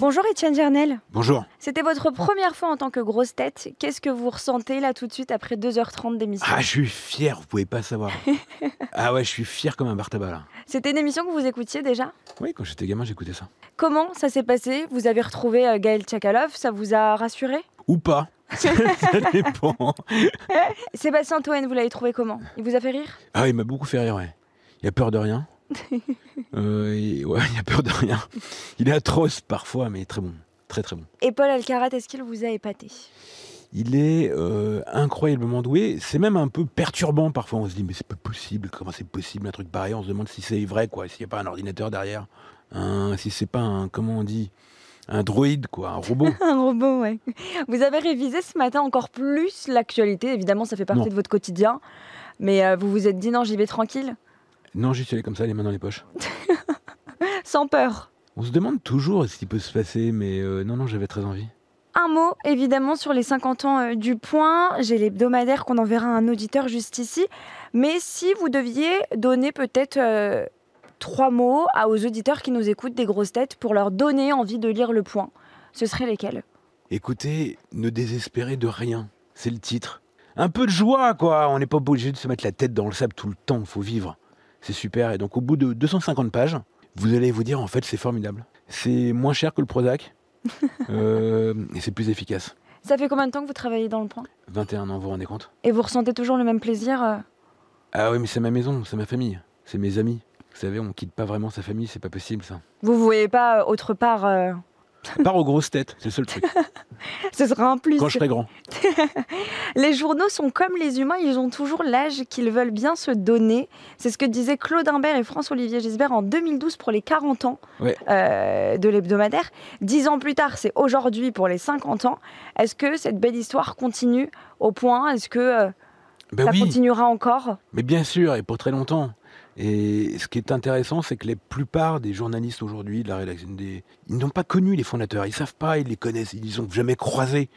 Bonjour Étienne Jernel. Bonjour. C'était votre première fois en tant que grosse tête. Qu'est-ce que vous ressentez là tout de suite après 2h30 d'émission Ah, je suis fier, vous pouvez pas savoir. ah ouais, je suis fier comme un bar tabac là. C'était une émission que vous écoutiez déjà Oui, quand j'étais gamin, j'écoutais ça. Comment ça s'est passé Vous avez retrouvé euh, Gaël Tchakalov, ça vous a rassuré Ou pas. ça dépend. Sébastien Toen, vous l'avez trouvé comment Il vous a fait rire Ah, il m'a beaucoup fait rire, ouais. Il a peur de rien. Euh, il- ouais, il a peur de rien. Il est atroce parfois, mais très bon. Très très bon. Et Paul Alcarat, est-ce qu'il vous a épaté Il est euh, incroyablement doué. C'est même un peu perturbant parfois. On se dit, mais c'est pas possible. Comment c'est possible un truc pareil On se demande si c'est vrai, quoi. S'il n'y a pas un ordinateur derrière. Un- si c'est pas un. Comment on dit Un droïde, quoi. Un robot. Un robot, ouais. Vous avez révisé ce matin encore plus l'actualité. Évidemment, ça fait partie Non. de votre quotidien. Mais euh, vous vous êtes dit non, j'y vais tranquille, non, j'y suis allé comme ça, les mains dans les poches. sans peur. On se demande toujours ce qui peut se passer, mais euh, non, non, j'avais très envie. Un mot, évidemment, sur les 50 ans euh, du point. J'ai l'hebdomadaire qu'on enverra à un auditeur juste ici. Mais si vous deviez donner peut-être euh, trois mots à, aux auditeurs qui nous écoutent des grosses têtes pour leur donner envie de lire le point, ce seraient lesquels Écoutez, ne désespérez de rien, c'est le titre. Un peu de joie, quoi, on n'est pas obligé de se mettre la tête dans le sable tout le temps, faut vivre. C'est super, et donc au bout de 250 pages, vous allez vous dire, en fait, c'est formidable. C'est moins cher que le Prozac, euh, et c'est plus efficace. Ça fait combien de temps que vous travaillez dans le point 21 ans, vous vous rendez compte Et vous ressentez toujours le même plaisir euh, Ah oui, mais c'est ma maison, c'est ma famille, c'est mes amis. Vous savez, on quitte pas vraiment sa famille, c'est pas possible ça. Vous ne voyez pas euh, autre part euh, À part aux grosses têtes, c'est le seul truc. Ce sera un plus. Quand je serai grand. Les journaux sont comme les humains, ils ont toujours l'âge qu'ils veulent bien se donner. C'est ce que disaient Claude Imbert et François-Olivier Gisbert en 2012 pour les 40 ans Ouais. euh, de l'hebdomadaire. Dix ans plus tard, c'est aujourd'hui pour les 50 ans. Est-ce que cette belle histoire continue au point Est-ce que euh, Ben ça oui. continuera encore Mais bien sûr, et pour très longtemps. Et ce qui est intéressant, c'est que la plupart des journalistes aujourd'hui de la rédaction des, ils n'ont pas connu les fondateurs. Ils savent pas, ils les connaissent, ils les ont jamais croisés.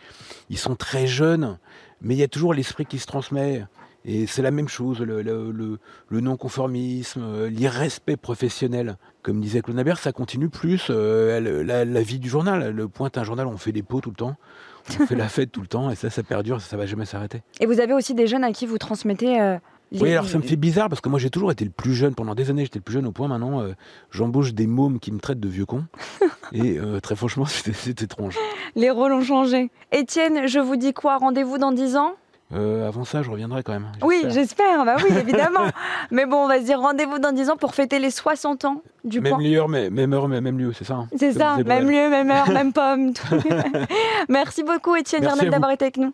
Ils sont très jeunes, mais il y a toujours l'esprit qui se transmet. Et c'est la même chose, le, le- le- le non-conformisme, euh, l'irrespect professionnel. Comme disait Claude Nabert, ça continue plus euh, le- la, la vie du journal. Le point est un journal, on fait des pots tout le temps, on fait la fête tout le temps, et ça, ça perdure, ça, ça va jamais s'arrêter. Et vous avez aussi des jeunes à qui vous transmettez euh, les... Oui, alors ça me fait bizarre parce que moi j'ai toujours été le plus jeune. Pendant des années, j'étais le plus jeune. Au point maintenant, euh, j'embauche des mômes qui me traitent de vieux con. Et euh, très franchement, c'est c'est étrange. les rôles ont changé. Étienne, je vous dis quoi Rendez-vous dans 10 ans Euh, avant ça, je reviendrai quand même. Oui, j'espère. j'espère, bah oui, évidemment. Mais bon, on va se dire rendez-vous dans 10 ans pour fêter les 60 ans du point. Même lieu, mais- même heure, mais même lieu, c'est ça. hein C'est Comme ça, disait même Bruel. lieu, même heure, même pomme. tout. Merci beaucoup, Étienne Merci à Arnel, vous. d'avoir été avec nous.